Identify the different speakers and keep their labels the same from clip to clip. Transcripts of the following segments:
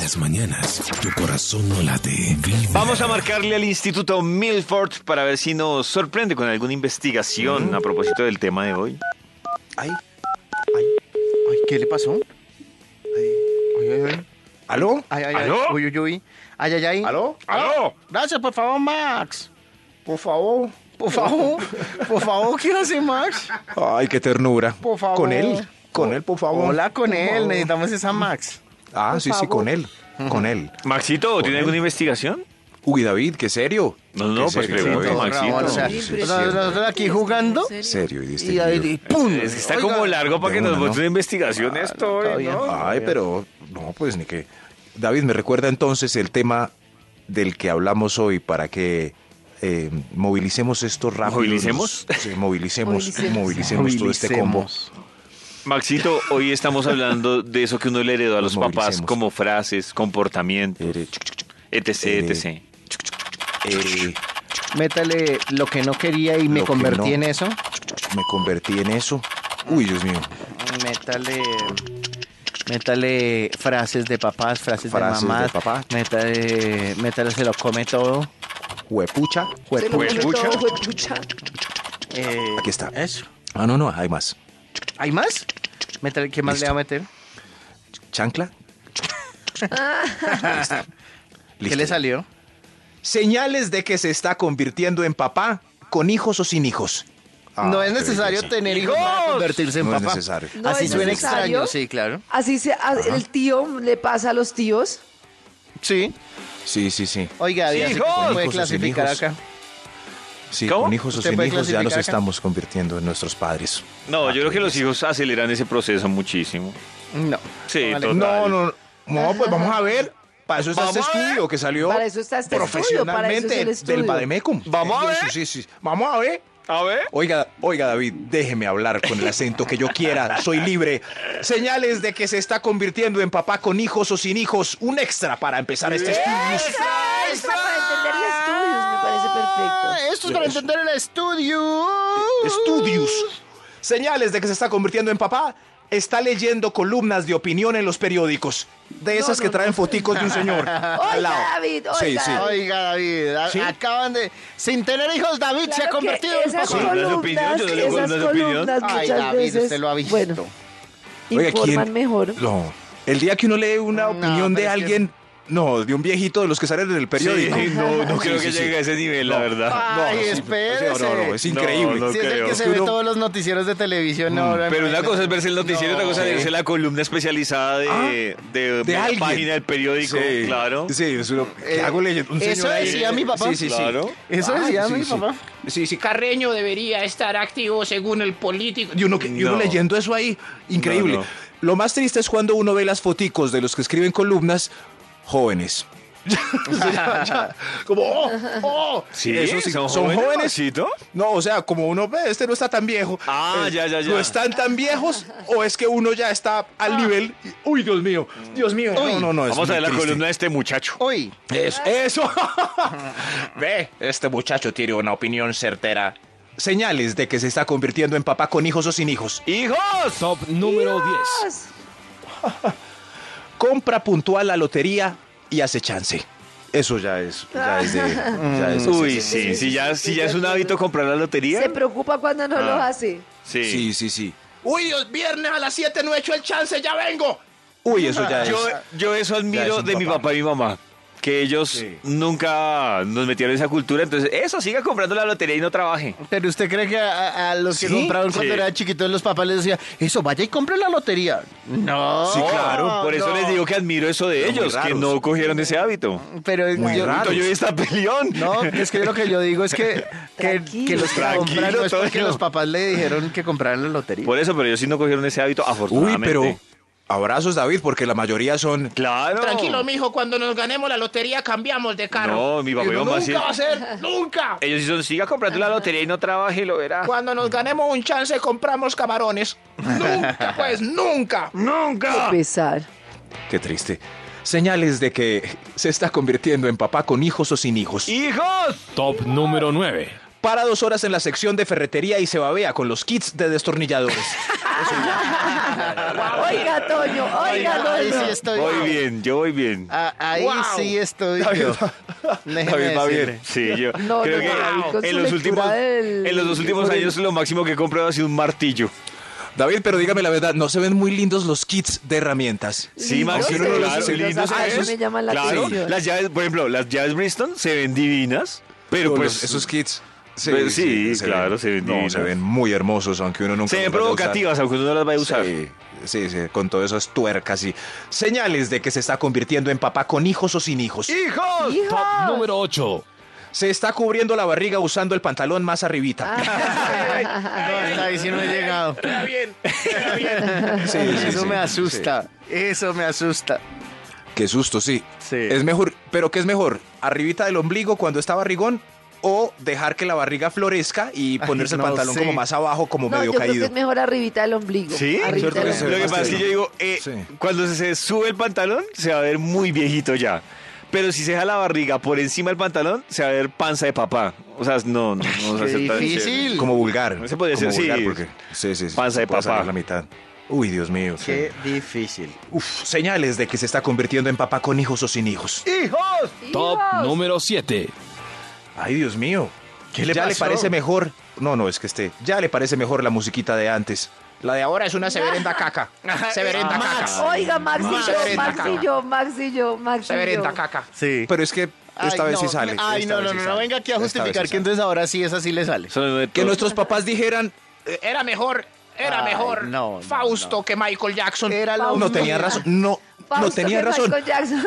Speaker 1: las mañanas tu corazón no late. vibra.
Speaker 2: Vamos a marcarle al Instituto Milford para ver si nos sorprende con alguna
Speaker 3: Mm.
Speaker 2: investigación a propósito del tema de hoy.
Speaker 4: Ay, ay, ay, ¿qué le pasó? Ay, ay, ay, ay.
Speaker 3: ¿Aló?
Speaker 4: Ay, ay,
Speaker 2: ¿Aló?
Speaker 4: ay. Uy, uy, uy. Ay, ay, ay.
Speaker 3: ¿Aló? ¿Aló?
Speaker 4: Gracias, por favor, Max.
Speaker 3: Por favor.
Speaker 4: Por favor, por favor, ¿qué hace Max?
Speaker 3: Ay, qué ternura.
Speaker 4: Por favor.
Speaker 3: Con él. Con él, por favor.
Speaker 4: Hola con
Speaker 3: Por
Speaker 4: él,
Speaker 3: favor.
Speaker 4: necesitamos esa Max.
Speaker 3: Ah, sí, sí, con él. Con él.
Speaker 2: Maxito, ¿tiene alguna investigación?
Speaker 3: Uy, David, qué serio.
Speaker 2: No, no,
Speaker 3: Qué
Speaker 2: pues
Speaker 3: serio,
Speaker 2: pregunto,
Speaker 3: David.
Speaker 2: Maxito.
Speaker 4: Raúl, o sea,
Speaker 3: Sí, sí,
Speaker 4: nosotros-
Speaker 3: sí.
Speaker 4: nosotros aquí jugando
Speaker 3: Serio y
Speaker 4: y, ahí, y
Speaker 3: distinguido.
Speaker 4: ¡pum!
Speaker 2: Es que está
Speaker 4: Oiga,
Speaker 2: como largo para
Speaker 3: de
Speaker 2: que nos
Speaker 3: una,
Speaker 2: bote
Speaker 3: ¿no?
Speaker 2: una investigación
Speaker 4: Ah,
Speaker 2: esto
Speaker 4: no,
Speaker 2: hoy,
Speaker 4: todavía
Speaker 2: ¿no?
Speaker 4: no.
Speaker 3: Ay, pero no, pues ni que. David, me recuerda entonces el tema del que hablamos hoy para que eh, movilicemos esto rápido.
Speaker 2: ¿Movilicemos?
Speaker 3: Sí, movilicemos, movilicemos,
Speaker 5: Movilicemos.
Speaker 3: todo este combo.
Speaker 4: movilicemos.
Speaker 2: Maxito, hoy estamos hablando de eso que uno le heredó a los papás
Speaker 3: Movilicemos.
Speaker 2: como frases, comportamientos,
Speaker 3: Eh, chuc, chuc, chuc,
Speaker 2: etc, etc.
Speaker 3: eh,
Speaker 4: Métale lo que no quería y me
Speaker 3: Lo que
Speaker 4: convertí
Speaker 3: no.
Speaker 4: en eso.
Speaker 3: me convertí en eso. Uy, Dios mío.
Speaker 4: Métale. Métale frases de papás, frases,
Speaker 3: Frases
Speaker 4: de
Speaker 3: de
Speaker 4: mamás.
Speaker 3: papá.
Speaker 4: Métale, métale se lo come todo.
Speaker 3: Huepucha.
Speaker 5: Se lo
Speaker 4: Juepu-
Speaker 5: come
Speaker 2: Huepucha.
Speaker 5: todo, huepucha.
Speaker 4: eh,
Speaker 3: Aquí está.
Speaker 4: Eso.
Speaker 3: Ah, no, no, hay más.
Speaker 4: ¿Hay más? Métale, ¿Qué más
Speaker 3: Listo.
Speaker 4: le va a meter?
Speaker 3: Chancla. Ahí está.
Speaker 4: ¿Qué
Speaker 3: Listo.
Speaker 4: Ah. le salió?
Speaker 3: Señales de que se está convirtiendo en papá, con hijos o sin hijos. Ah,
Speaker 4: no es
Speaker 3: qué
Speaker 4: necesario
Speaker 3: belleza.
Speaker 4: tener hijos para convertirse en
Speaker 3: No es
Speaker 4: papá.
Speaker 3: necesario.
Speaker 5: No
Speaker 4: Así
Speaker 5: es
Speaker 4: suena
Speaker 5: necesario.
Speaker 4: extraño, sí, claro.
Speaker 5: Así se, a- el tío le pasa a los tíos.
Speaker 4: Sí.
Speaker 3: Sí, sí, sí.
Speaker 4: Oiga, había
Speaker 2: Sí,
Speaker 4: así
Speaker 2: hijos.
Speaker 4: que se
Speaker 3: Con
Speaker 4: puede
Speaker 3: hijos o sin
Speaker 4: clasificar
Speaker 3: hijos.
Speaker 4: acá.
Speaker 3: Sí,
Speaker 2: ¿Cómo?
Speaker 3: con hijos o
Speaker 4: ¿Usted
Speaker 3: sin
Speaker 4: puede
Speaker 3: hijos ya los
Speaker 4: clasificar acá?
Speaker 3: estamos convirtiendo en nuestros padres.
Speaker 2: No,
Speaker 3: Ah,
Speaker 2: yo creo que
Speaker 3: qué
Speaker 2: los hijos aceleran ese proceso muchísimo.
Speaker 4: No.
Speaker 2: Sí,
Speaker 4: Vale.
Speaker 2: total.
Speaker 3: No, no, no. No, pues vamos a ver. Para eso está este estudio que salió
Speaker 5: Para eso está este estudio, para eso
Speaker 3: profesionalmente
Speaker 5: es el estudio.
Speaker 3: del Bademecum.
Speaker 2: Vamos a ver.
Speaker 3: Sí, sí, sí. Vamos a ver.
Speaker 2: A ver.
Speaker 3: Oiga, oiga, David, déjeme hablar con el acento que yo quiera. Soy libre. Señales de que se está convirtiendo en papá con hijos o sin hijos. Un extra para empezar este estudio.
Speaker 5: Es para entender los estudios, me parece perfecto.
Speaker 4: Esto es para entender el estudio.
Speaker 3: Estudios. Señales de que se está convirtiendo en papá. Está leyendo columnas de opinión en los periódicos. De esas que traen foticos de un señor. al lado.
Speaker 5: David,
Speaker 3: Sí,
Speaker 5: oiga.
Speaker 3: sí.
Speaker 4: Oiga, David, a-
Speaker 3: ¿Sí?
Speaker 4: acaban de. Sin tener hijos, David se
Speaker 5: Claro
Speaker 4: ha
Speaker 5: que
Speaker 4: convertido en
Speaker 5: esas
Speaker 2: Sí, no
Speaker 4: papá.
Speaker 2: es de
Speaker 5: columnas,
Speaker 2: opinión, yo no le
Speaker 5: esas
Speaker 2: cuento de opinión.
Speaker 5: columnas
Speaker 4: Ay,
Speaker 5: muchas
Speaker 4: David,
Speaker 5: veces,
Speaker 4: usted lo ha visto.
Speaker 5: Bueno,
Speaker 3: Oiga, ¿quién-
Speaker 5: informan mejor.
Speaker 3: No. El día que uno lee una
Speaker 4: No,
Speaker 3: opinión de
Speaker 4: pero es que-
Speaker 3: alguien, no, de un viejito de los que salen en el periódico.
Speaker 2: Sí, no, no
Speaker 3: Sí,
Speaker 2: creo
Speaker 3: sí,
Speaker 2: que
Speaker 3: sí.
Speaker 2: llegue a ese nivel, la verdad.
Speaker 4: Ay,
Speaker 3: sí,
Speaker 4: espérese.
Speaker 3: no, no, no, es increíble.
Speaker 2: No, no.
Speaker 4: Si es el
Speaker 2: creo.
Speaker 4: que se ve
Speaker 3: Uno- Mm,
Speaker 4: todos los noticieros de televisión ahora.
Speaker 2: Pero una
Speaker 4: imagínate.
Speaker 2: cosa es verse el noticiero, otra cosa es
Speaker 3: sí.
Speaker 2: verse la columna especializada de,
Speaker 3: Ah,
Speaker 2: de,
Speaker 3: de
Speaker 2: la
Speaker 3: alguien.
Speaker 2: página del periódico,
Speaker 3: Sí.
Speaker 2: claro.
Speaker 3: Sí, es uno. ¿qué
Speaker 4: Eh,
Speaker 3: hago leyendo? Un
Speaker 4: eso
Speaker 3: señor ahí.
Speaker 4: decía mi papá.
Speaker 3: Sí, sí, sí.
Speaker 2: Claro.
Speaker 4: Eso
Speaker 3: Ay,
Speaker 4: decía
Speaker 3: sí,
Speaker 4: mi
Speaker 3: sí.
Speaker 4: papá.
Speaker 3: Sí, sí.
Speaker 6: Carreño debería estar activo según el político.
Speaker 3: Y uno, que- y uno
Speaker 2: No.
Speaker 3: leyendo eso ahí, increíble.
Speaker 2: No, no.
Speaker 3: Lo más triste es cuando uno ve las foticos de los que escriben columnas jóvenes. Ya, ya, como, oh, oh. Eso sí,
Speaker 2: jovencito.
Speaker 3: No, o sea, como uno ve, este no está tan viejo. Eh,
Speaker 2: Ah, ya, ya, ya.
Speaker 3: ¿No están tan viejos o es que uno ya está al nivel? y- uy, Dios mío, Dios mío.
Speaker 4: Uy.
Speaker 3: no, no, no. es
Speaker 2: Vamos a ver la
Speaker 3: muy triste.
Speaker 2: columna de este muchacho.
Speaker 4: Hoy.
Speaker 3: Eso, eso. Ve, este muchacho tiene una opinión certera. Señales de que se está convirtiendo en papá con hijos o sin hijos.
Speaker 2: ¡Hijos!
Speaker 7: Top número 10.
Speaker 5: Dios.
Speaker 3: Compra puntual la lotería y acechance. Eso ya es, ya es de... ya es de-
Speaker 2: Uy, sí,
Speaker 5: sí,
Speaker 2: sí, ya,
Speaker 5: sí,
Speaker 2: sí,
Speaker 5: sí,
Speaker 2: ya
Speaker 5: de
Speaker 2: es un
Speaker 5: acuerdo.
Speaker 2: hábito comprar la lotería.
Speaker 5: Se preocupa cuando no
Speaker 2: Ah.
Speaker 5: lo hace.
Speaker 2: Sí.
Speaker 3: Sí, sí, sí. Uy, Dios, viernes a las 7 no he hecho el chance, ya vengo. Uy, eso ya
Speaker 2: Yo,
Speaker 3: es...
Speaker 2: yo eso
Speaker 3: ya es
Speaker 2: admiro
Speaker 3: un
Speaker 2: de mi
Speaker 3: papá.
Speaker 2: papá y mi mamá. Que ellos
Speaker 3: Sí.
Speaker 2: nunca nos metieron en esa cultura. Entonces, eso, siga comprando la lotería y no trabaje.
Speaker 4: Pero usted cree que a, a- a los que
Speaker 3: ¿Sí?
Speaker 4: compraron cuando
Speaker 2: Sí.
Speaker 4: eran chiquitos los papás les decía, eso, vaya y compre la lotería. No.
Speaker 3: Sí,
Speaker 2: claro. Por eso
Speaker 4: no.
Speaker 2: les digo que admiro eso de
Speaker 3: Pero muy
Speaker 2: ellos, que
Speaker 3: raros.
Speaker 2: no cogieron ese hábito.
Speaker 4: Pero
Speaker 3: Muy
Speaker 4: yo,
Speaker 3: raro.
Speaker 2: Yo vi esta peleón.
Speaker 4: No, es que lo que yo digo es que, que,
Speaker 5: Tranquilo.
Speaker 4: que los que la
Speaker 2: Tranquilo,
Speaker 4: compraron no es porque
Speaker 2: Toño. Pues,
Speaker 4: los papás le dijeron que compraran la lotería.
Speaker 2: Por eso, pero ellos sí no cogieron ese hábito,
Speaker 3: Uy,
Speaker 2: afortunadamente.
Speaker 3: pero abrazos, David, porque la mayoría son...
Speaker 2: Claro.
Speaker 6: Tranquilo, mijo, cuando nos ganemos la lotería cambiamos de carro.
Speaker 2: No, mi papá y mamá sí.
Speaker 6: ¡Nunca va a ser! ¡Nunca!
Speaker 2: Ellos dicen, siga comprando la lotería y no trabaje, lo verá.
Speaker 6: Cuando nos ganemos un chance compramos camarones. ¡Nunca, pues, nunca!
Speaker 4: Ah.
Speaker 5: Qué
Speaker 2: ¡Nunca!
Speaker 5: pesar.
Speaker 3: Qué triste. Señales de que se está convirtiendo en papá con hijos o sin hijos.
Speaker 2: ¡Hijos!
Speaker 7: Top número 9.
Speaker 3: Para dos horas en la sección de ferretería y se babea con los kits de destornilladores.
Speaker 5: Oiga, Toño, oiga,
Speaker 4: ahí sí
Speaker 5: Toño.
Speaker 4: estoy
Speaker 2: Voy
Speaker 4: yo.
Speaker 2: bien, yo voy bien.
Speaker 4: Ah, ahí sí estoy yo. Déjeme
Speaker 2: David va
Speaker 4: decirle.
Speaker 2: bien. Sí, yo
Speaker 5: No,
Speaker 2: creo
Speaker 5: no, David, con
Speaker 2: que en
Speaker 5: su
Speaker 2: los,
Speaker 5: lectura
Speaker 2: últimos,
Speaker 5: del-
Speaker 2: en los dos últimos años lo máximo que he comprado ha sido un martillo.
Speaker 3: David, pero dígame la verdad, ¿no se ven muy lindos los kits de herramientas?
Speaker 2: Sí,
Speaker 5: Lindos,
Speaker 2: Maxi,
Speaker 5: pero
Speaker 2: claro,
Speaker 5: lindos,
Speaker 2: sí, lindos,
Speaker 5: a mí
Speaker 2: esos-
Speaker 5: me llama la
Speaker 2: claro,
Speaker 5: atención.
Speaker 2: Las llaves, por ejemplo, las llaves Bristol se ven divinas, pero
Speaker 3: Pero
Speaker 2: pues
Speaker 3: los- esos kits.
Speaker 2: Pues sí, claro, se ven
Speaker 3: no,
Speaker 2: divinos.
Speaker 3: se ven muy hermosos, aunque uno nunca
Speaker 2: se ven
Speaker 3: los vaya a usar.
Speaker 2: provocativas, aunque uno no las vaya a usar.
Speaker 3: Sí, sí, sí, con todas esas tuercas y señales de que se está convirtiendo en papá con hijos o sin hijos.
Speaker 2: ¡Hijos!
Speaker 5: Hijos.
Speaker 1: Número 8.
Speaker 3: Se está cubriendo la barriga usando el pantalón más arribita.
Speaker 5: Ah,
Speaker 4: Ah, No, hasta ahí sí no he llegado.
Speaker 6: Está bien.
Speaker 3: Sí, sí,
Speaker 4: Eso
Speaker 3: sí,
Speaker 4: me
Speaker 3: sí.
Speaker 4: asusta. Eso me asusta.
Speaker 3: Qué susto, sí.
Speaker 4: Sí.
Speaker 3: Es mejor, pero ¿qué es mejor? ¿Arribita del ombligo cuando está barrigón? ¿O dejar que la barriga florezca y
Speaker 4: Ay,
Speaker 3: ponerse
Speaker 4: no
Speaker 3: el pantalón
Speaker 4: sé.
Speaker 3: como más abajo, como
Speaker 5: No, yo
Speaker 3: medio
Speaker 5: creo que
Speaker 3: caído?
Speaker 5: es mejor arribita del ombligo.
Speaker 2: ¿Sí?
Speaker 5: Arribita
Speaker 3: Cierto
Speaker 5: del
Speaker 3: que se ve
Speaker 2: Lo
Speaker 5: ombligo.
Speaker 2: que pasa es que yo digo, eh,
Speaker 3: Sí.
Speaker 2: cuando se, se sube el pantalón, se va a ver muy viejito ya. Pero si se deja la barriga por encima del pantalón, se va a ver panza de papá. O sea, no, no, no se
Speaker 4: Qué
Speaker 2: acepta.
Speaker 4: difícil.
Speaker 3: Como vulgar.
Speaker 2: Se podría
Speaker 3: como
Speaker 2: decir, sí.
Speaker 3: vulgar, porque- sí, sí, sí,
Speaker 2: Panza
Speaker 3: se
Speaker 2: de
Speaker 3: puede
Speaker 2: papá.
Speaker 3: sacar la mitad. Uy, Dios mío.
Speaker 4: Qué difícil.
Speaker 3: Uf, señales de que se está convirtiendo en papá con hijos o sin hijos.
Speaker 1: Top
Speaker 5: Hijos.
Speaker 1: número 7.
Speaker 3: Ay, Dios mío. ya le
Speaker 6: pasó?
Speaker 3: parece mejor. No, no, es que este. Ya le parece mejor la musiquita de antes. La de ahora es una severenda caca. Severenda caca.
Speaker 5: Oiga, Max y yo,
Speaker 3: Severenda
Speaker 5: Max y
Speaker 3: caca.
Speaker 5: yo, Max y yo, Max y yo.
Speaker 6: Severenta caca.
Speaker 4: Sí.
Speaker 3: Pero es que esta
Speaker 4: Ay,
Speaker 3: vez
Speaker 4: no,
Speaker 3: sí sale.
Speaker 4: Ay,
Speaker 3: esta
Speaker 4: no, no,
Speaker 3: vez sí
Speaker 4: no, no
Speaker 3: sale.
Speaker 4: venga aquí a
Speaker 3: Esta vez sí
Speaker 4: justificar que
Speaker 3: sale.
Speaker 4: entonces ahora sí, esa sí le sale.
Speaker 2: Son de
Speaker 3: Que
Speaker 2: todo.
Speaker 3: nuestros papás dijeran.
Speaker 6: Eh, Era mejor, era
Speaker 4: Ay,
Speaker 6: mejor
Speaker 4: no, no,
Speaker 6: Fausto
Speaker 4: no.
Speaker 6: que Michael Jackson.
Speaker 4: Era lo
Speaker 3: No tenía razón. No, no
Speaker 5: Fausto
Speaker 3: tenía
Speaker 5: de
Speaker 3: razón.
Speaker 5: Michael Jackson.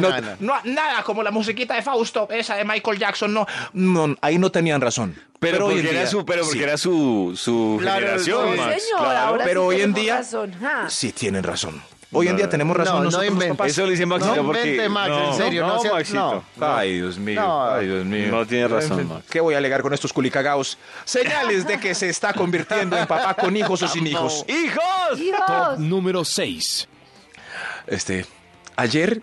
Speaker 3: No,
Speaker 4: No, no.
Speaker 6: No, nada como la musiquita de Fausto, esa de Michael Jackson, no.
Speaker 3: no, ahí no tenían razón.
Speaker 2: Pero,
Speaker 3: hoy
Speaker 2: porque,
Speaker 3: en
Speaker 2: era
Speaker 3: día,
Speaker 2: su, pero porque
Speaker 3: sí.
Speaker 2: era su, su
Speaker 4: Claro,
Speaker 2: generación,
Speaker 4: sí,
Speaker 2: Max.
Speaker 5: Señor,
Speaker 2: claro.
Speaker 5: ahora sí
Speaker 3: pero hoy en
Speaker 5: tenemos
Speaker 3: día-
Speaker 5: razón, ja.
Speaker 3: Sí, tienen razón. Hoy en día tenemos razón
Speaker 4: No, no
Speaker 3: nosotros los
Speaker 4: inventes.
Speaker 3: papás.
Speaker 2: Eso le dice Maxito
Speaker 4: No
Speaker 2: porque...
Speaker 4: invente, Max, en serio, no sea- no.
Speaker 3: Ay, Dios mío.
Speaker 4: No.
Speaker 3: Ay, Dios mío.
Speaker 2: No tiene razón, Max.
Speaker 3: ¿Qué voy a alegar con estos culicagaos? Señales de que se está convirtiendo en papá con hijos o sin hijos.
Speaker 2: ¡Hijos!
Speaker 1: Top
Speaker 5: Hijos.
Speaker 1: número 6.
Speaker 3: Este, ayer.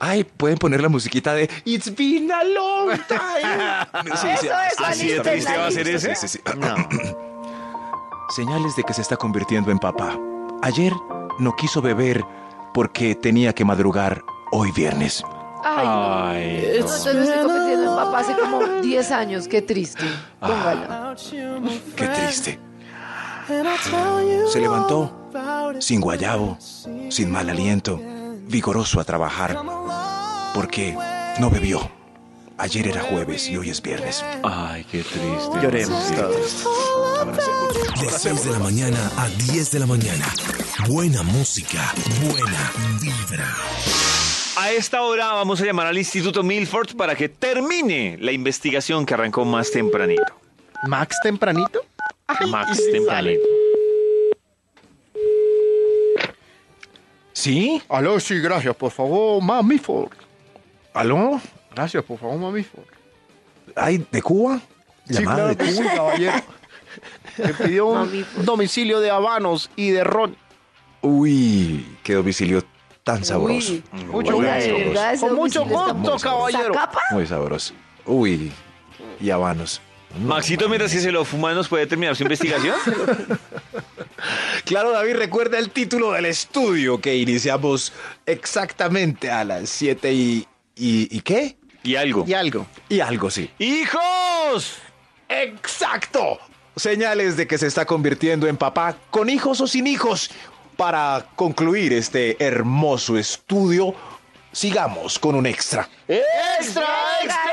Speaker 3: Ay, pueden poner la musiquita de It's been a long time. Sí, sí,
Speaker 5: Eso, eso,
Speaker 2: Así de
Speaker 5: Alista,
Speaker 2: triste va a ser
Speaker 3: Sí,
Speaker 2: ese.
Speaker 3: sí, sí. Señales de que se está convirtiendo en papá. Ayer no quiso beber porque tenía que madrugar hoy viernes.
Speaker 5: Ay, no.
Speaker 2: Ay,
Speaker 5: No, yo lo estoy convirtiendo en papá hace como 10 años, qué triste. Póngala.
Speaker 3: Qué triste. Se levantó sin guayabo, sin mal aliento, vigoroso a trabajar, porque no bebió. Ayer era jueves y hoy es viernes.
Speaker 2: ay, qué triste.
Speaker 4: Lloremos todos.
Speaker 1: De 6 de la mañana a 10 de la mañana. Buena música. Buena vibra.
Speaker 2: A esta hora vamos a llamar al Instituto Milford para que termine la investigación que arrancó más tempranito.
Speaker 4: Max tempranito.
Speaker 2: Max tempranito.
Speaker 3: ¿Sí?
Speaker 4: Aló, sí, gracias, por favor, Mami Ford.
Speaker 3: ¿Aló?
Speaker 4: Gracias, por favor, Mami Ford.
Speaker 3: ¿Ay, de Cuba? Llamada de
Speaker 4: claro,
Speaker 3: Cuba.
Speaker 4: uy, caballero. Me pidió
Speaker 5: Mami
Speaker 4: un
Speaker 5: Ford.
Speaker 4: domicilio de habanos y de ron.
Speaker 3: Uy, qué domicilio tan sabroso.
Speaker 5: Uy,
Speaker 4: Mucho
Speaker 5: oiga,
Speaker 4: gusto.
Speaker 5: de verdad, ese
Speaker 4: Con mucho
Speaker 5: domicilio está
Speaker 4: gusto,
Speaker 5: muy-
Speaker 4: caballero.
Speaker 5: ¿Zacapa?
Speaker 3: Muy sabroso. Uy, y habanos.
Speaker 2: Maxito, mientras que se lo fuma, ¿nos puede terminar su investigación?
Speaker 3: Claro, David, recuerda el título del estudio que iniciamos exactamente a las 7 y, y... ¿Y qué?
Speaker 2: Y algo.
Speaker 4: Y algo.
Speaker 3: Y algo, sí.
Speaker 2: ¡Hijos!
Speaker 3: ¡Exacto! Señales de que se está convirtiendo en papá con hijos o sin hijos. Para concluir este hermoso estudio, sigamos con un extra.
Speaker 4: ¡Extra, extra!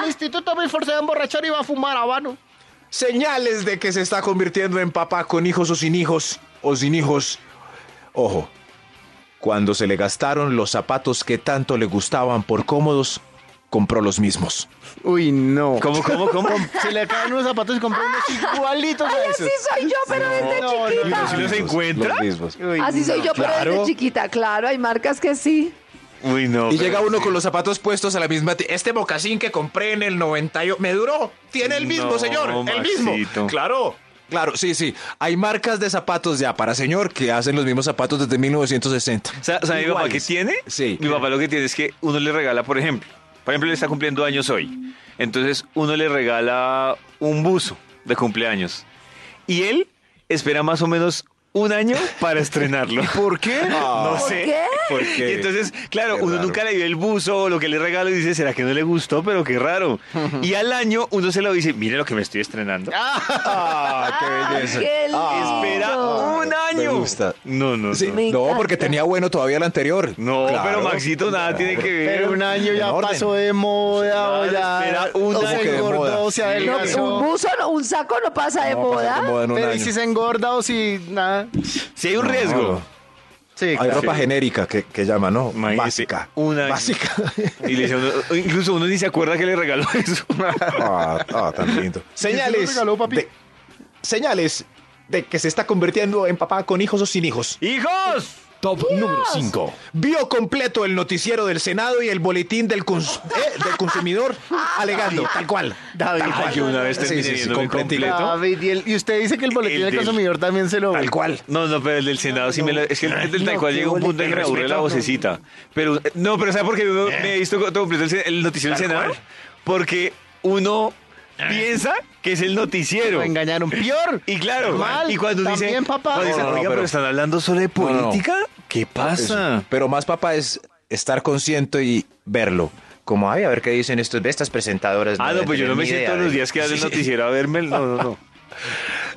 Speaker 4: El Instituto Mami Ford se va a emborrachar y va a fumar habano.
Speaker 3: Señales de que se está convirtiendo en papá con hijos o sin hijos o sin hijos. Ojo, cuando se le gastaron los zapatos que tanto le gustaban por cómodos, compró los mismos.
Speaker 4: Uy, no.
Speaker 2: ¿Cómo, cómo, cómo?
Speaker 4: Se le acaban unos zapatos y compró unos igualitos a
Speaker 5: Ay, así
Speaker 4: esos.
Speaker 5: soy yo, pero desde
Speaker 4: no,
Speaker 5: chiquita.
Speaker 2: ¿Sí los
Speaker 3: mismos,
Speaker 2: encuentra?
Speaker 3: los mismos.
Speaker 4: Uy,
Speaker 5: Así soy
Speaker 4: no.
Speaker 5: yo, pero
Speaker 3: Claro.
Speaker 5: desde chiquita, claro, hay marcas que sí.
Speaker 2: Uy, no.
Speaker 3: Y
Speaker 2: pero-
Speaker 3: llega uno con los zapatos puestos a la misma. ti- Este mocasín que compré en el 98 me duró. Tiene el mismo,
Speaker 2: No,
Speaker 3: señor. El
Speaker 2: Maxito.
Speaker 3: mismo. Claro. Claro, sí, sí. Hay marcas de zapatos ya para señor que hacen los mismos zapatos desde 1960.
Speaker 2: Sa- ¿Sabe mi papá qué
Speaker 3: Iguales.
Speaker 2: tiene?
Speaker 3: Sí.
Speaker 2: Mi papá lo que tiene es que uno le regala, por ejemplo, por ejemplo, le está cumpliendo años hoy. Entonces uno le regala un buzo de cumpleaños. Y él espera más o menos un año para estrenarlo.
Speaker 8: ¿Por qué?
Speaker 2: No
Speaker 5: ¿Por
Speaker 2: sé.
Speaker 5: qué?
Speaker 3: Porque
Speaker 2: Y entonces, claro,
Speaker 3: Qué
Speaker 2: uno
Speaker 3: raro.
Speaker 2: nunca le dio el buzo o lo que le regaló y dice, ¿será que no le gustó? Pero qué raro. Y al año uno se lo dice, mire lo que me estoy estrenando.
Speaker 3: Ah, qué
Speaker 5: Ay,
Speaker 3: belleza.
Speaker 5: qué lindo.
Speaker 2: Ah, Espera un año.
Speaker 3: gusta.
Speaker 2: No, no,
Speaker 3: Sí,
Speaker 2: no.
Speaker 5: Me
Speaker 3: no,
Speaker 5: encanta.
Speaker 3: porque tenía bueno todavía el anterior.
Speaker 2: No,
Speaker 3: Claro.
Speaker 2: pero Maxito nada tiene que ver.
Speaker 4: Pero un año
Speaker 3: En
Speaker 4: ya
Speaker 3: orden.
Speaker 4: pasó de moda, o
Speaker 2: Sí, nada,
Speaker 4: ya
Speaker 2: espera, un
Speaker 4: o
Speaker 2: año
Speaker 4: se
Speaker 3: de
Speaker 4: engordó,
Speaker 3: moda.
Speaker 4: o se
Speaker 5: No, un
Speaker 4: adelgazó.
Speaker 5: buzo, no, un saco no pasa de
Speaker 3: No, pasa
Speaker 5: moda.
Speaker 3: de moda en un
Speaker 4: Pero y
Speaker 3: año.
Speaker 4: si se engorda o si nada.
Speaker 2: Si hay un
Speaker 3: No,
Speaker 2: riesgo.
Speaker 4: Sí,
Speaker 3: Hay
Speaker 4: claro.
Speaker 3: ropa genérica que, que llama, ¿no?
Speaker 2: Imagínate,
Speaker 3: Básica.
Speaker 2: un año.
Speaker 3: Básica.
Speaker 2: Y le dice a uno- incluso uno ni se acuerda que le regaló eso.
Speaker 3: Ah, ah, tan lindo.
Speaker 4: ¿Quién
Speaker 3: Señales.
Speaker 4: se lo regaló, papi?
Speaker 3: De, señales de que se está convirtiendo en papá con hijos o sin hijos.
Speaker 2: ¡Hijos!
Speaker 3: Top número 5. Vio completo el noticiero del Senado y el boletín del, cons- eh, del consumidor
Speaker 5: Ah,
Speaker 3: alegando, tal cual.
Speaker 4: David,
Speaker 3: Tal
Speaker 2: Ay,
Speaker 3: cual.
Speaker 2: yo una vez
Speaker 3: Sí,
Speaker 2: terminé
Speaker 3: sí, sí,
Speaker 2: viéndome
Speaker 3: completico.
Speaker 2: completo.
Speaker 4: David, y, el- y usted dice que el boletín
Speaker 2: El
Speaker 4: del
Speaker 2: del-
Speaker 4: consumidor también se lo ve.
Speaker 3: Tal cual.
Speaker 2: No, no, pero el del Senado sí me lo... Es que el del tal
Speaker 4: no,
Speaker 2: cual
Speaker 4: qué
Speaker 2: llega un punto en que me aburre la vocecita. Pero, no, pero ¿sabe por qué
Speaker 3: Eh.
Speaker 2: me, me he visto todo completo el, se- el noticiero del Senado? Porque uno
Speaker 3: Eh.
Speaker 2: piensa que es el noticiero.
Speaker 4: Lo engañaron. Pior.
Speaker 2: Y claro,
Speaker 4: Mal,
Speaker 2: y cuando dice,
Speaker 4: también, papá.
Speaker 2: cuando dice,
Speaker 3: No, no, no,
Speaker 2: oiga, pero,
Speaker 3: pero-
Speaker 2: están hablando solo de
Speaker 3: no.
Speaker 2: política, ¿qué pasa?
Speaker 3: Eso. Pero más papá es estar consciente y verlo. Como, ay, a ver qué dicen estos de estas presentadoras.
Speaker 2: Ah, no,
Speaker 3: deben
Speaker 2: pues yo no
Speaker 3: tener
Speaker 2: me
Speaker 3: ni
Speaker 2: siento
Speaker 3: idea
Speaker 2: los
Speaker 3: de-
Speaker 2: días que hace el
Speaker 3: Sí,
Speaker 2: noticiero a verme. el- No, no, no.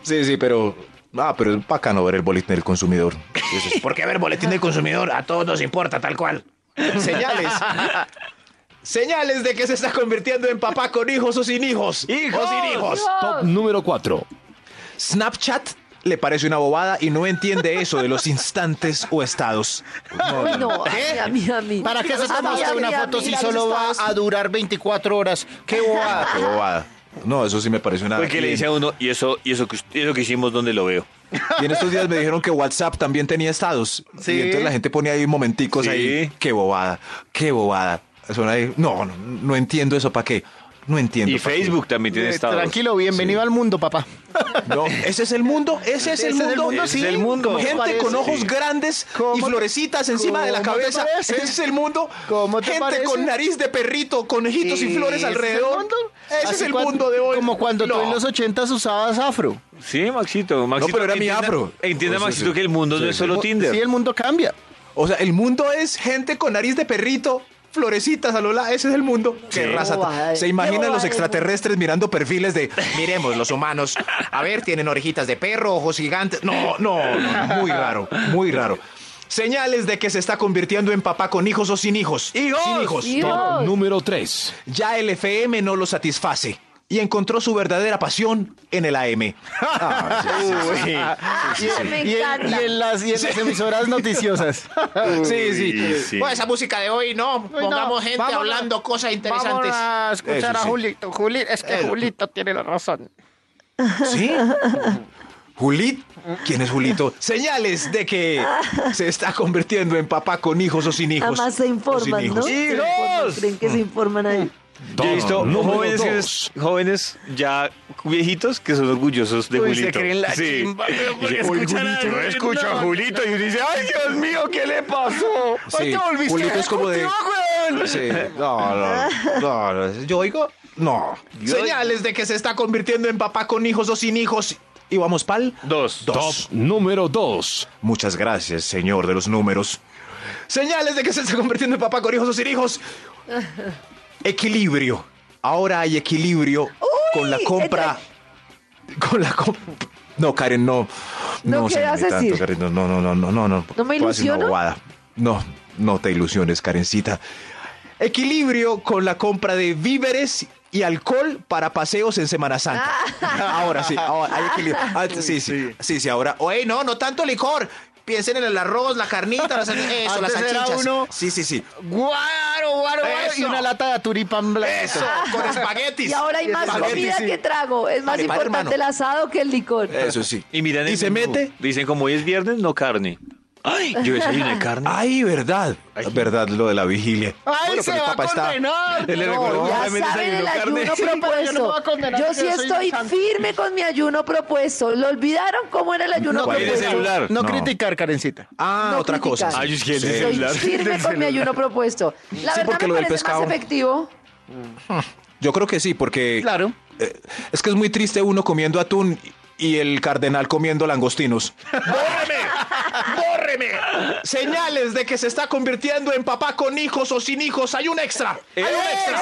Speaker 3: Sí, sí, pero. Ah, pero es bacano ver el boletín del consumidor. Eso es, ¿Por qué ver boletín del consumidor? A todos nos importa, tal cual. Señales. Señales de que se está convirtiendo en papá con hijos o sin hijos.
Speaker 2: ¡Hijos!
Speaker 3: O sin hijos.
Speaker 5: Top
Speaker 3: número 4. Snapchat le parece una bobada y no entiende eso de los instantes o estados.
Speaker 5: Uy, no, a mí, a mí, a mí.
Speaker 4: ¿Para qué se
Speaker 5: A mí,
Speaker 4: toma
Speaker 5: a
Speaker 4: usted
Speaker 5: mí,
Speaker 4: una
Speaker 5: a
Speaker 4: foto
Speaker 5: mí.
Speaker 4: si solo va a durar 24 horas? ¡Qué bobada!
Speaker 3: Qué bobada. No, eso sí me pareció
Speaker 9: Ah,
Speaker 3: una.
Speaker 2: Porque le dice a uno, y eso, y eso, que, y eso que hicimos, ¿dónde lo veo?
Speaker 3: Y en estos días me dijeron que WhatsApp también tenía estados.
Speaker 4: Sí.
Speaker 3: Y entonces la gente ponía ahí momenticos
Speaker 2: Sí.
Speaker 3: ahí. Qué bobada, qué bobada. Son ahí, no, no, no entiendo eso, ¿para qué? No entiendo.
Speaker 2: Y
Speaker 3: ¿pa' qué?
Speaker 2: Facebook también tiene
Speaker 4: Eh,
Speaker 2: estado.
Speaker 4: Tranquilo, bienvenido al mundo, papá.
Speaker 3: No, ese es el mundo,
Speaker 9: Este
Speaker 3: ese es
Speaker 4: Ese
Speaker 3: el
Speaker 4: es el
Speaker 3: mundo.
Speaker 4: mundo,
Speaker 2: sí. ¿Cómo
Speaker 3: Gente
Speaker 4: parece?
Speaker 3: con ojos
Speaker 2: Sí.
Speaker 3: grandes y
Speaker 4: ¿Cómo te-
Speaker 3: florecitas encima de la
Speaker 4: cómo te
Speaker 3: cabeza.
Speaker 4: parece?
Speaker 3: Ese es el mundo.
Speaker 4: ¿Cómo te
Speaker 3: Gente
Speaker 4: parece?
Speaker 3: con nariz de perrito, con ojitos y flores
Speaker 4: ¿Ese es el
Speaker 3: alrededor.
Speaker 4: mundo?
Speaker 3: Ese es
Speaker 4: Así
Speaker 3: el
Speaker 4: cuan-
Speaker 3: mundo de hoy.
Speaker 4: Como cuando tú
Speaker 3: No.
Speaker 4: en los 80s usabas afro.
Speaker 2: Sí, Maxito. Maxito
Speaker 3: pero era mi
Speaker 2: entienda-
Speaker 3: afro.
Speaker 2: Entienda,
Speaker 3: Eso
Speaker 2: Maxito,
Speaker 3: sí.
Speaker 2: que el mundo no es solo Tinder.
Speaker 4: Sí, el mundo cambia.
Speaker 3: O sea, el mundo es gente con nariz de perrito, florecitas a lo la, ese es el mundo. Qué raza. tan-
Speaker 5: bobada,
Speaker 3: Se
Speaker 5: qué
Speaker 3: imaginan
Speaker 5: bobada
Speaker 3: los
Speaker 5: de
Speaker 3: extraterrestres mirando perfiles de, miremos los humanos, a ver, tienen orejitas de perro, ojos gigantes. No, no, no, muy raro, muy raro. Señales de que se está convirtiendo en papá con hijos o sin hijos.
Speaker 2: ¡Hijos!
Speaker 3: Sin hijos.
Speaker 5: Dios.
Speaker 10: Número 3.
Speaker 3: Ya el FM no lo satisface y encontró su verdadera pasión en el AM. Ah, sí, sí, sí.
Speaker 5: Me
Speaker 4: Y en, y
Speaker 5: encanta.
Speaker 4: en las, y en las emisoras noticiosas.
Speaker 3: Sí,
Speaker 2: Sí,
Speaker 3: sí.
Speaker 2: sí.
Speaker 6: Bueno, esa música de hoy no.
Speaker 4: Hoy no.
Speaker 6: Pongamos gente
Speaker 4: Vámonos.
Speaker 6: hablando cosas interesantes.
Speaker 4: a escuchar
Speaker 3: Eso sí.
Speaker 4: Julito. Juli, es que Julito tiene la razón.
Speaker 3: ¿Sí? ¿Julit? ¿Quién es Julito? Señales de que se está convirtiendo en papá con hijos o sin hijos.
Speaker 5: Además se
Speaker 3: O Pues, sin
Speaker 5: informan, ¿no?
Speaker 3: hijos.
Speaker 5: Se informan, Creen que se informan ahí.
Speaker 2: Yo he visto
Speaker 10: Número
Speaker 2: jóvenes, que-
Speaker 10: dos.
Speaker 2: jóvenes ya viejitos que son orgullosos de
Speaker 6: Uy,
Speaker 2: Julito.
Speaker 6: se creen la chimba, pero porque
Speaker 2: Dice, "Uy,
Speaker 6: escuchan a
Speaker 2: Julito,
Speaker 6: Julito".
Speaker 2: escucho a
Speaker 6: No,
Speaker 2: Julito y uno dice, ¡ay, Dios mío, qué le pasó!
Speaker 3: Sí, Julito es como de... Sí, no, no, no, no, Yo oigo... No. Señales de que se está convirtiendo en papá con hijos o sin hijos. Y vamos pal...
Speaker 2: Dos.
Speaker 3: Dos.
Speaker 10: Número 2.
Speaker 3: Muchas gracias, señor de los números. Señales de que se está convirtiendo en papá con hijos o sin hijos. Equilibrio. Ahora hay equilibrio con la compra. Con la compra. No, Karen, no.
Speaker 5: No, ¿qué
Speaker 3: señorita,
Speaker 5: vas a decir?
Speaker 3: Karen, no, no, no, no, no, no, no.
Speaker 5: ¿No me
Speaker 3: Voy a hacer una
Speaker 5: ilusiono?
Speaker 3: bobada. No, no te ilusiones, Karencita. Equilibrio con la compra de víveres y alcohol para paseos en Semana Santa.
Speaker 5: Ah.
Speaker 3: Ahora sí, ahora hay equilibrio. Ah, sí, sí, sí, sí, ahora. Oye, no, no tanto licor. Piensen en el arroz, la carnita, las, eso, las
Speaker 4: Antes era
Speaker 3: salchichas.
Speaker 4: uno-
Speaker 3: Sí, sí, sí.
Speaker 4: Guaro, guaro, guaro. Y
Speaker 3: Eso.
Speaker 4: una lata de aturipan blanco.
Speaker 3: Eso, con espaguetis.
Speaker 5: Y ahora hay más
Speaker 3: espaguetis,
Speaker 5: comida
Speaker 3: sí.
Speaker 5: que trago. Es más
Speaker 3: Vale, vale,
Speaker 5: importante el
Speaker 3: hermano.
Speaker 5: asado que el licor.
Speaker 3: Eso sí.
Speaker 2: Y miran el
Speaker 3: se
Speaker 2: menú.
Speaker 3: mete.
Speaker 2: Dicen, como hoy es viernes, no carne. ¡Ay, yo desayuné carne!
Speaker 3: Ay, verdad. Verdad, lo de la vigilia.
Speaker 4: ¡Ay,
Speaker 3: Bueno,
Speaker 4: se
Speaker 3: pero el
Speaker 4: va a
Speaker 3: papá está-
Speaker 4: condenar!
Speaker 2: Él le
Speaker 4: No,
Speaker 2: recordó que
Speaker 5: ya
Speaker 2: también
Speaker 5: saben el
Speaker 2: desayunó carne.
Speaker 5: ayuno
Speaker 4: Sí, pero yo no voy a
Speaker 5: propuesto.
Speaker 4: condenar
Speaker 5: Yo
Speaker 4: porque
Speaker 5: sí
Speaker 4: yo soy
Speaker 5: estoy
Speaker 4: santo.
Speaker 5: firme con mi ayuno propuesto. ¿Lo olvidaron cómo era el ayuno
Speaker 4: No,
Speaker 2: ¿Cuál es el
Speaker 5: propuesto?
Speaker 2: celular?
Speaker 4: no
Speaker 3: No.
Speaker 4: criticar, Karencita.
Speaker 3: Ah,
Speaker 5: No
Speaker 3: otra
Speaker 5: criticar.
Speaker 3: cosa.
Speaker 2: Ay, yo es que el
Speaker 3: Sí.
Speaker 2: de
Speaker 5: Soy
Speaker 2: celular.
Speaker 5: firme con mi ayuno propuesto. La
Speaker 3: Sí,
Speaker 5: verdad
Speaker 3: porque
Speaker 5: me
Speaker 3: lo del
Speaker 5: parece
Speaker 3: pescado.
Speaker 5: más efectivo.
Speaker 3: Yo creo que sí, porque
Speaker 4: Claro.
Speaker 3: eh, es que es muy triste uno comiendo atún
Speaker 9: y el cardenal comiendo langostinos.
Speaker 3: ¡Bórreme! ¡Bórreme! Señales de que se está convirtiendo en papá con hijos o sin hijos. Hay un extra. Hay un extra.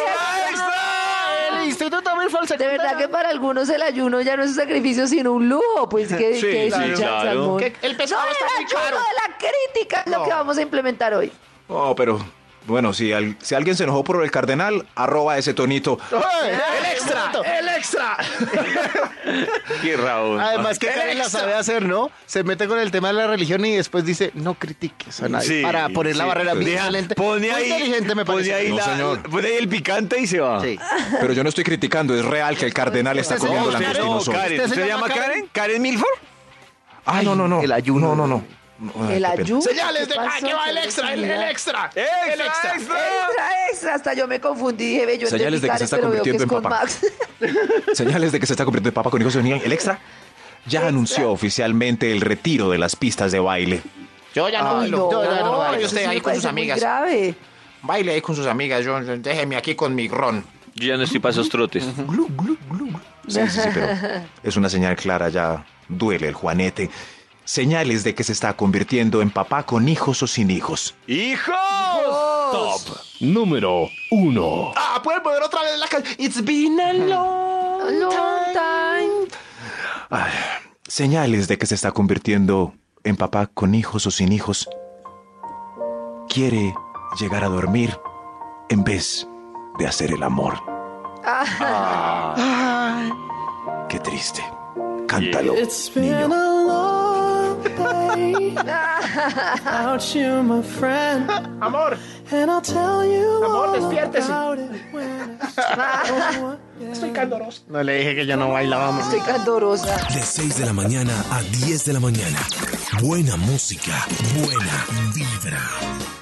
Speaker 4: El Instituto Milford se
Speaker 5: De verdad que para algunos el ayuno ya no es un sacrificio, sino un lujo. Pues que,
Speaker 2: Sí,
Speaker 5: que
Speaker 2: sí,
Speaker 5: chucha el
Speaker 2: claro.
Speaker 5: salmón.
Speaker 3: Que el pescado
Speaker 5: No,
Speaker 3: está
Speaker 5: el
Speaker 3: muy caro.
Speaker 5: ayuno de la crítica es lo que vamos a implementar hoy.
Speaker 9: Oh, pero bueno, si, al- si alguien se enojó por el cardenal, arroba ese tonito.
Speaker 3: El extra. El extra.
Speaker 2: Qué rabo.
Speaker 4: Ah, Además que
Speaker 3: El
Speaker 4: Karen la
Speaker 3: extra.
Speaker 4: sabe hacer, ¿no? Se mete con el tema de la religión y después dice, no critiques a nadie.
Speaker 2: Sí,
Speaker 4: para poner la
Speaker 2: sí.
Speaker 4: barrera bien
Speaker 2: Deja-
Speaker 4: excelente.
Speaker 2: Pone
Speaker 4: Muy
Speaker 2: ahí,
Speaker 4: inteligente me
Speaker 2: pone
Speaker 4: parece.
Speaker 2: Ahí
Speaker 9: No,
Speaker 2: la-
Speaker 9: señor.
Speaker 2: Pone ahí el picante y se va.
Speaker 4: Sí.
Speaker 9: Pero yo no estoy criticando, es real que el cardenal está
Speaker 4: Usted se
Speaker 9: comiendo
Speaker 4: llama
Speaker 2: usted no,
Speaker 9: langostinos. hoy.
Speaker 2: Karen.
Speaker 4: ¿Usted se
Speaker 2: ¿Usted se
Speaker 4: llama
Speaker 2: llama Karen? ¿Karen Milford?
Speaker 9: Ay, no, no, no.
Speaker 4: el ayuno.
Speaker 9: No, no, no. Ay,
Speaker 5: el
Speaker 9: qué pena.
Speaker 5: ayuno.
Speaker 3: Señales
Speaker 5: ¿qué
Speaker 3: de.
Speaker 5: pasó?
Speaker 3: Aquí va el
Speaker 5: ¿Qué
Speaker 3: extra. El,
Speaker 5: necesidad?
Speaker 3: el extra. El
Speaker 2: ¡Extra,
Speaker 3: extra.
Speaker 5: Extra, extra, hasta yo me confundí, dije, ve, yo entendí
Speaker 9: Señales de que se
Speaker 5: Karen,
Speaker 9: está
Speaker 5: pero veo que es
Speaker 9: convirtiendo
Speaker 5: con
Speaker 9: en papá.
Speaker 5: Max.
Speaker 9: Señales de que se está convirtiendo en papa con hijos de niña. El extra ya anunció oficialmente el retiro de las pistas de baile.
Speaker 3: Yo ya
Speaker 5: Ay, no,
Speaker 3: yo ya no,
Speaker 5: eso
Speaker 3: baile
Speaker 5: sí
Speaker 3: usted ahí
Speaker 5: me
Speaker 3: con sus
Speaker 5: parece muy
Speaker 3: amigas.
Speaker 5: grave.
Speaker 3: Baile ahí con sus amigas. Yo, yo- déjeme aquí con mi ron.
Speaker 2: Yo ya no estoy para esos trotes.
Speaker 9: Sí, sí, sí, pero es una señal clara, ya duele el juanete. Señales de que se está convirtiendo en papá con hijos o sin hijos.
Speaker 2: ¡Hijos!
Speaker 11: Top número uno.
Speaker 3: Ah, pueden poner otra vez la canción. It's been a long
Speaker 5: Long time.
Speaker 9: Señales de que se está convirtiendo en papá con hijos o sin hijos. Quiere llegar a dormir en vez de hacer el amor. Qué triste. Cántalo.
Speaker 6: It's been a long day without you, my friend.
Speaker 3: Amor,
Speaker 6: And I'll tell you
Speaker 3: Amor,
Speaker 6: all
Speaker 3: despiértese.
Speaker 6: about it when I
Speaker 3: estoy candoroso.
Speaker 4: No le dije que ya no bailábamos.
Speaker 5: Estoy candorosa.
Speaker 1: De 6 de la mañana a 10 de la mañana. Buena música, buena vibra.